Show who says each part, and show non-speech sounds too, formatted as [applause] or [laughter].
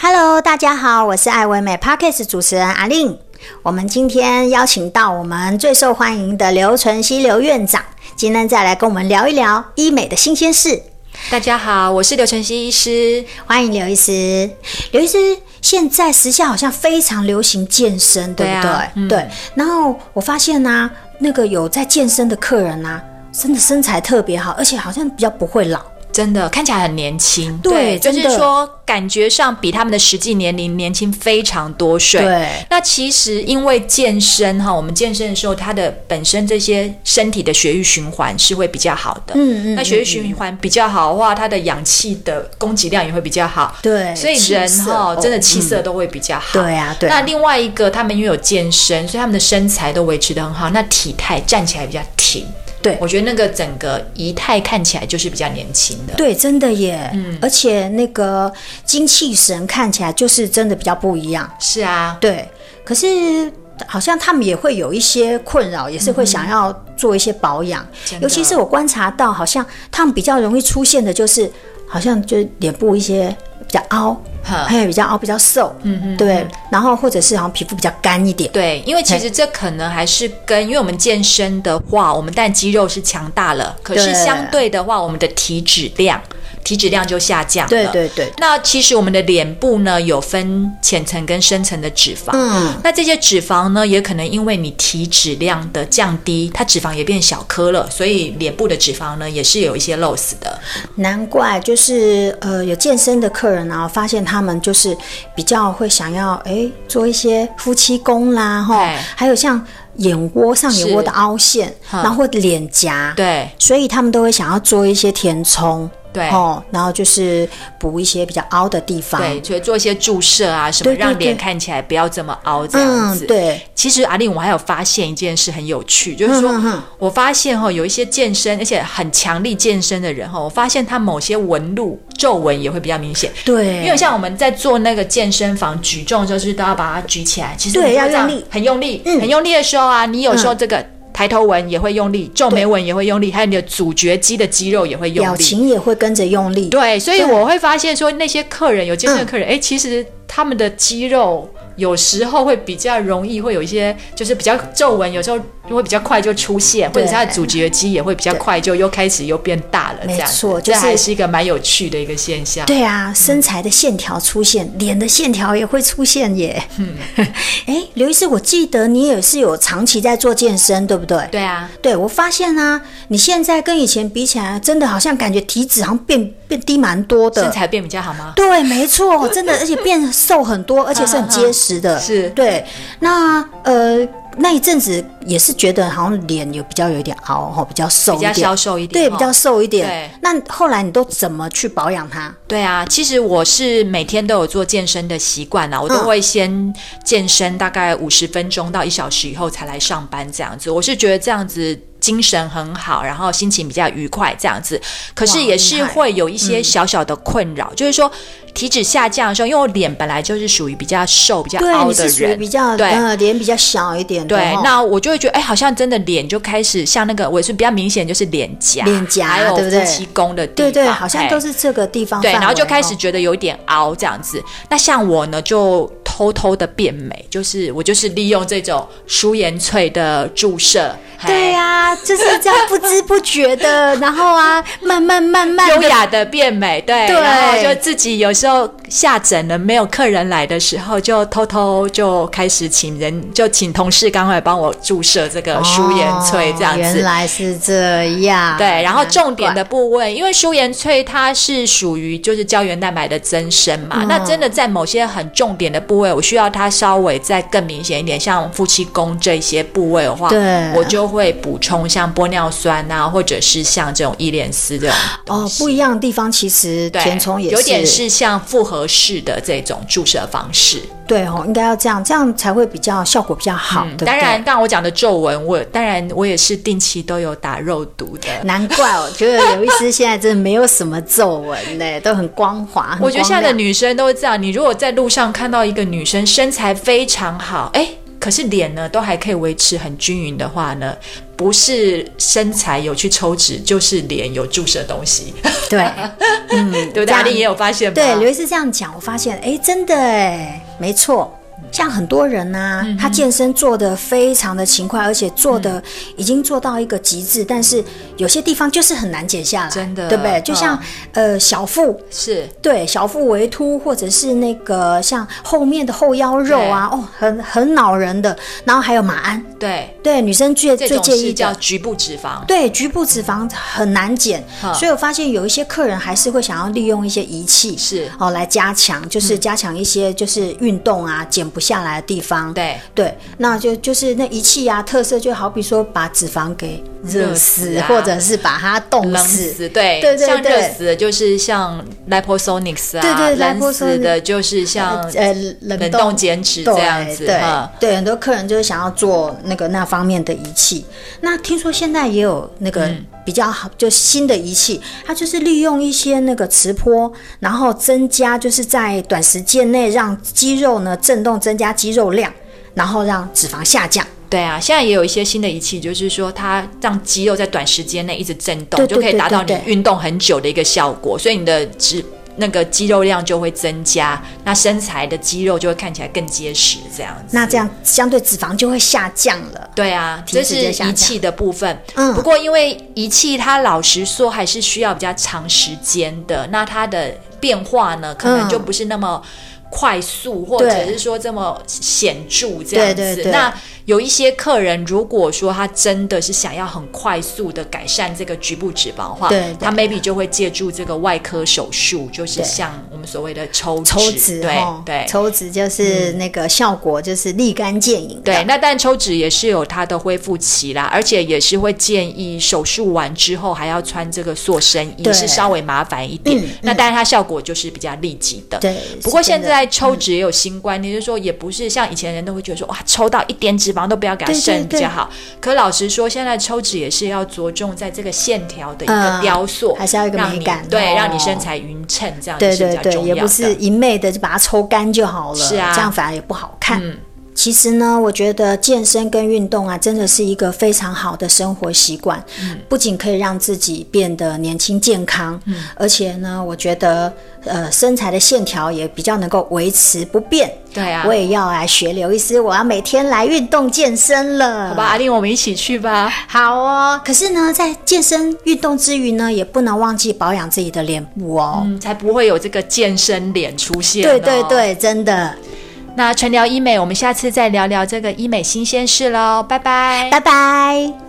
Speaker 1: Hello，大家好，我是爱唯美 Pockets 主持人阿令。我们今天邀请到我们最受欢迎的刘纯熙刘院长，今天再来跟我们聊一聊医美的新鲜事。
Speaker 2: 大家好，我是刘晨曦医师。
Speaker 1: 欢迎刘医师。刘医师，现在时下好像非常流行健身，对不对？
Speaker 2: 对啊嗯
Speaker 1: 对然后我发现呢、那个有在健身的客人呢、真的身材特别好，而且好像比较不会老。
Speaker 2: 真的看起来很年轻，
Speaker 1: 对
Speaker 2: 就
Speaker 1: 真
Speaker 2: 是
Speaker 1: 的
Speaker 2: 说感觉上比他们的实际年龄年轻非常多岁。
Speaker 1: 对
Speaker 2: 那其实因为健身哈，我们健身的时候，它的本身这些身体的血液循环是会比较好的。
Speaker 1: 嗯嗯
Speaker 2: 那血液循环比较好的话，它的氧气的供给量也会比较好。
Speaker 1: 对，
Speaker 2: 所以
Speaker 1: 气
Speaker 2: 人
Speaker 1: 色
Speaker 2: 哈，真的
Speaker 1: 哦
Speaker 2: 气色都会比较好。
Speaker 1: 对啊，对
Speaker 2: 那
Speaker 1: 啊，
Speaker 2: 另外一个，他们因为有健身，所以他们的身材都维持得很好，那体态站起来比较挺。
Speaker 1: 对
Speaker 2: 我觉得那个整个仪态看起来就是比较年轻的。
Speaker 1: 对，真的耶。
Speaker 2: 嗯
Speaker 1: 而且那个精气神看起来就是真的比较不一样。
Speaker 2: 是啊，
Speaker 1: 对，可是好像他们也会有一些困扰，也是会想要做一些保养，
Speaker 2: 嗯真的
Speaker 1: 尤其是我观察到，好像他们比较容易出现的就是，好像就是脸部一些比较凹，
Speaker 2: 哼，
Speaker 1: 还有比较凹、比较瘦，嗯嗯，对，然后或者是好像皮肤比较干一点，
Speaker 2: 对，因为其实这可能还是跟，因为我们健身的话，我们但肌肉是强大了，可是
Speaker 1: 对
Speaker 2: 相对的话，我们的体脂量，体脂量就下降了。
Speaker 1: 对对对，
Speaker 2: 那其实我们的脸部呢，有分浅层跟深层的脂肪。
Speaker 1: 嗯，
Speaker 2: 那这些脂肪呢，也可能因为你体脂量的降低，它脂肪也变小颗了，所以脸部的脂肪呢也是有一些 loss 的。
Speaker 1: 难怪就是呃有健身的客人啊，我发现他们就是比较会想要哎做一些夫妻宫啦，哈
Speaker 2: 哎，
Speaker 1: 还有像眼窝上眼窝的凹陷，
Speaker 2: 嗯
Speaker 1: 然后脸颊，
Speaker 2: 对
Speaker 1: 所以他们都会想要做一些填充，
Speaker 2: 对、
Speaker 1: 哦，然后就是补一些比较凹的地方。
Speaker 2: 啊对，所以做一些注射啊什么，
Speaker 1: 对对
Speaker 2: 让脸
Speaker 1: 对
Speaker 2: 看起来不要这么凹这样
Speaker 1: 嗯
Speaker 2: 子。，
Speaker 1: 对，
Speaker 2: 其实阿令，我还有发现一件事很有趣，就是说，
Speaker 1: 嗯嗯嗯
Speaker 2: 我发现哈、有一些健身而且很强力健身的人哈、我发现他某些纹路皱纹也会比较明显。
Speaker 1: 对，
Speaker 2: 因为像我们在做那个健身房举重，就是都要把它举起来，其实
Speaker 1: 对
Speaker 2: 你就
Speaker 1: 要
Speaker 2: 会这样
Speaker 1: 用力
Speaker 2: 很用力，
Speaker 1: 嗯
Speaker 2: 很用力的时候啊，你有时候这个抬头纹也会用力，皱眉纹也会用力，还有你的咀嚼肌的肌肉也会用
Speaker 1: 表
Speaker 2: 力。
Speaker 1: 情也会跟着用力。
Speaker 2: 对，所以
Speaker 1: 对嗯
Speaker 2: 我会发现说，那些客人有健身的客人，哎、其实他们的肌肉有时候会比较容易会有一些，就是比较皱纹，有时候会比较快就出现，或
Speaker 1: 对
Speaker 2: 者是他的咀嚼肌也会比较快就又开始又变大了，这样
Speaker 1: 没错
Speaker 2: 这
Speaker 1: 就是
Speaker 2: 还是一个蛮有趣的一个现象。
Speaker 1: 对啊，身材的线条出现，脸的线条也会出现耶。 [laughs] 嗯，哎，刘医师，我记得你也是有长期在做健身，对不对？
Speaker 2: 对啊，
Speaker 1: 对，我发现啊，你现在跟以前比起来，真的好像感觉体脂好像变变低蛮多的，
Speaker 2: 身材变比较好吗？
Speaker 1: 对，没错，真的，而且变瘦很多，而且是很结实的。
Speaker 2: [laughs] 是
Speaker 1: 对。那呃，那一阵子也是觉得好像脸有比较有点凹哦哈，比较瘦
Speaker 2: 比
Speaker 1: 一
Speaker 2: 较消
Speaker 1: 点，
Speaker 2: 瘦一点，
Speaker 1: 对，
Speaker 2: 哈
Speaker 1: 比较瘦一点
Speaker 2: 对。
Speaker 1: 那后来你都怎么去保养它？
Speaker 2: 对啊。其实我是每天都有做健身的习惯啊啦，我
Speaker 1: 嗯
Speaker 2: 都会先健身大概五十分钟到一小时以后才来上班这样子。我是觉得这样子。精神很好，然后心情比较愉快，这样子。可是
Speaker 1: 哇
Speaker 2: 也
Speaker 1: 厉
Speaker 2: 是
Speaker 1: 害嗯
Speaker 2: 会有一些小小的困扰，就是说体脂下降的时候，因为我脸本来就是属于比较瘦、比较
Speaker 1: 对，
Speaker 2: 凹
Speaker 1: 你
Speaker 2: 的
Speaker 1: 是属于
Speaker 2: 人，
Speaker 1: 比较
Speaker 2: 对
Speaker 1: 呃脸比较小一点的
Speaker 2: 对
Speaker 1: 哈，
Speaker 2: 那我就会觉得，哎、好像真的脸就开始像那个，我是比较明显就是脸颊，
Speaker 1: 脸颊
Speaker 2: 还有
Speaker 1: 对不对
Speaker 2: 夫妻宫的地方，
Speaker 1: 对对，好像
Speaker 2: 哎
Speaker 1: 都是这个地方
Speaker 2: 对，
Speaker 1: 哦范围。
Speaker 2: 然后就开
Speaker 1: 哈
Speaker 2: 始觉得有一点凹这样子。那像我呢，就偷偷的变美，就是我就是利用这种舒颜萃的注射，
Speaker 1: 对
Speaker 2: 呀、
Speaker 1: 呀、就是这样不知不觉的，然后啊，慢慢慢慢
Speaker 2: 优
Speaker 1: 的
Speaker 2: 雅的变美，对，
Speaker 1: 对
Speaker 2: 然后就自己有时候下诊了，没有客人来的时候，就偷偷就开始请人，就请同事赶快帮我注射这个舒颜萃这样
Speaker 1: 哦
Speaker 2: 子。
Speaker 1: 原来是这样。
Speaker 2: 对，然后重点
Speaker 1: 难
Speaker 2: 的部位，因为舒颜萃它是属于就是胶原蛋白的增生嘛，那真
Speaker 1: 嗯
Speaker 2: 的在某些很重点的部位，我需要它稍微再更明显一点，像夫妻宫这些部位的话，
Speaker 1: 对
Speaker 2: 我就会补充像玻尿酸啊，或者是像这种伊莲丝这种
Speaker 1: 怪
Speaker 2: 东
Speaker 1: 哦，
Speaker 2: 西。
Speaker 1: 不一样的地方其实
Speaker 2: 对，
Speaker 1: 填充也是
Speaker 2: 有点是像复合式的这种注射方式。
Speaker 1: 对哦，应该要这样，这样才会比较效果比较好。对不对
Speaker 2: 嗯当然，，刚刚我讲的皱纹，我当然我也是定期都有打肉毒的。
Speaker 1: 难怪我觉得刘医师现在真的没有什么皱纹呢，都很光滑。很
Speaker 2: 我觉得现在的
Speaker 1: 光亮
Speaker 2: 女生都是这样，你如果在路上看到一个女生身材非常好，哎。可是脸呢都还可以维持很均匀的话呢，不是身材有去抽脂，就是脸有注射东西， [laughs]
Speaker 1: 对，嗯，
Speaker 2: 对不
Speaker 1: 这
Speaker 2: 对？啊
Speaker 1: 样
Speaker 2: 阿丽也有发现吗？
Speaker 1: 对，刘医师这样讲，我发现，哎，真的哎，没错。
Speaker 2: 嗯
Speaker 1: 像很多人呐、他健身做的非常的勤快，而且做
Speaker 2: 嗯
Speaker 1: 的已经做到一个极致，但是有些地方就是很难减下来，
Speaker 2: 真的
Speaker 1: 对不对？
Speaker 2: 嗯
Speaker 1: 就像、呃小腹，
Speaker 2: 是
Speaker 1: 对小腹围凸，或者是那个像后面的后腰肉啊，哦，很很恼人的。然后还有马鞍，
Speaker 2: 对，
Speaker 1: 对女生最
Speaker 2: 这
Speaker 1: 最
Speaker 2: 种
Speaker 1: 介意
Speaker 2: 是叫
Speaker 1: 的。
Speaker 2: 局部脂肪。
Speaker 1: 对局部脂肪很难减，
Speaker 2: 嗯
Speaker 1: 所以我发现有一些客人还是会想要利用一些仪器，
Speaker 2: 是嗯
Speaker 1: 哦，来加强，就是加强一些就是运动啊减不下来的地方。
Speaker 2: 对，
Speaker 1: 对，那就就是那仪器啊，特色就好比说把脂肪给热
Speaker 2: 热死
Speaker 1: 死，
Speaker 2: 啊
Speaker 1: 或者是把它冻
Speaker 2: 冷
Speaker 1: 死。
Speaker 2: 死，对
Speaker 1: 对对
Speaker 2: 像
Speaker 1: 对
Speaker 2: 热死的就是像 liposonics 啊，
Speaker 1: 对对
Speaker 2: 冷死
Speaker 1: liposonics
Speaker 2: 的就是像
Speaker 1: 呃，冷
Speaker 2: 冷
Speaker 1: 冻
Speaker 2: 冻减脂
Speaker 1: 对
Speaker 2: 这样子，
Speaker 1: 对
Speaker 2: 哈
Speaker 1: 对，很多客人就是想要做那个那方面的仪器。那听说现在也有那个
Speaker 2: 嗯
Speaker 1: 比较好，就新的仪器，它就是利用一些那个磁波，然后增加，就是在短时间内让肌肉呢震动，增加肌肉量，然后让脂肪下降。
Speaker 2: 对啊，现在也有一些新的仪器，就是说它让肌肉在短时间内一直震动，
Speaker 1: 对对
Speaker 2: 就可以达到
Speaker 1: 对
Speaker 2: 你
Speaker 1: 对对
Speaker 2: 运动很久的一个效果，所以你的脂那个肌肉量就会增加，那身材的肌肉就会看起来更结实，这样子。
Speaker 1: 那这样相对脂肪就会下降了。
Speaker 2: 对啊，
Speaker 1: 体
Speaker 2: 这
Speaker 1: 脂
Speaker 2: 是
Speaker 1: 就下降
Speaker 2: 仪器的部分。
Speaker 1: 嗯
Speaker 2: 不过因为仪器它老实说还是需要比较长时间的，那它的变化呢，可
Speaker 1: 嗯
Speaker 2: 能就不是那么。快速，或者是说这么显著这样
Speaker 1: 对
Speaker 2: 子，
Speaker 1: 对对
Speaker 2: 那有一些客人，如果说他真的是想要很快速的改善这个局部脂肪的话，
Speaker 1: 对对
Speaker 2: 他 maybe 就会借助这个外科手术，就是
Speaker 1: 对
Speaker 2: 像我们所谓的抽脂，
Speaker 1: 抽脂
Speaker 2: 对
Speaker 1: 哦，
Speaker 2: 对，
Speaker 1: 抽脂就是那个效果就是立竿见影的。
Speaker 2: 对，那但抽脂也是有它的恢复期啦，而且也是会建议手术完之后还要穿这个塑身衣，
Speaker 1: 对嗯
Speaker 2: 是稍微麻烦一点。那当然它效果就是比较立即的。
Speaker 1: 对
Speaker 2: 不过
Speaker 1: 是真
Speaker 2: 现
Speaker 1: 的
Speaker 2: 在抽脂也有新观念，就是说也不是像以前人都会觉得说哇抽到一点脂肪都不要给它
Speaker 1: 对对
Speaker 2: 剩比
Speaker 1: 对
Speaker 2: 较好。可老实说，现在抽脂也是要着重在这个线条的一
Speaker 1: 嗯
Speaker 2: 个雕塑，
Speaker 1: 还是要一个
Speaker 2: 让
Speaker 1: 美
Speaker 2: 你
Speaker 1: 感
Speaker 2: 对，
Speaker 1: 哦
Speaker 2: 让你身材匀称，这样
Speaker 1: 对
Speaker 2: 是比
Speaker 1: 对
Speaker 2: 较
Speaker 1: 对，
Speaker 2: 重
Speaker 1: 也
Speaker 2: 要
Speaker 1: 不是
Speaker 2: 的。
Speaker 1: 一昧的就把它抽干就好了，
Speaker 2: 是啊嗯
Speaker 1: 这样反而也不好看。其实呢，我觉得健身跟运动啊，真的是一个非常好的生活习惯，
Speaker 2: 嗯
Speaker 1: 不仅可以让自己变得年轻健康，
Speaker 2: 嗯
Speaker 1: 而且呢，我觉得呃身材的线条也比较能够维持不变。
Speaker 2: 对啊
Speaker 1: 我，也要来学刘医师，我要每天来运动健身了，
Speaker 2: 好吧，？阿令，我们一起去吧。
Speaker 1: 好哦。可是呢，在健身运动之余呢，也不能忘记保养自己的脸部哦。
Speaker 2: 嗯，才不会有这个健身脸出现、哦
Speaker 1: 对对。对，真的。
Speaker 2: 那纯聊医美，我们下次再聊聊这个医美新鲜事喽，拜拜。
Speaker 1: 拜拜。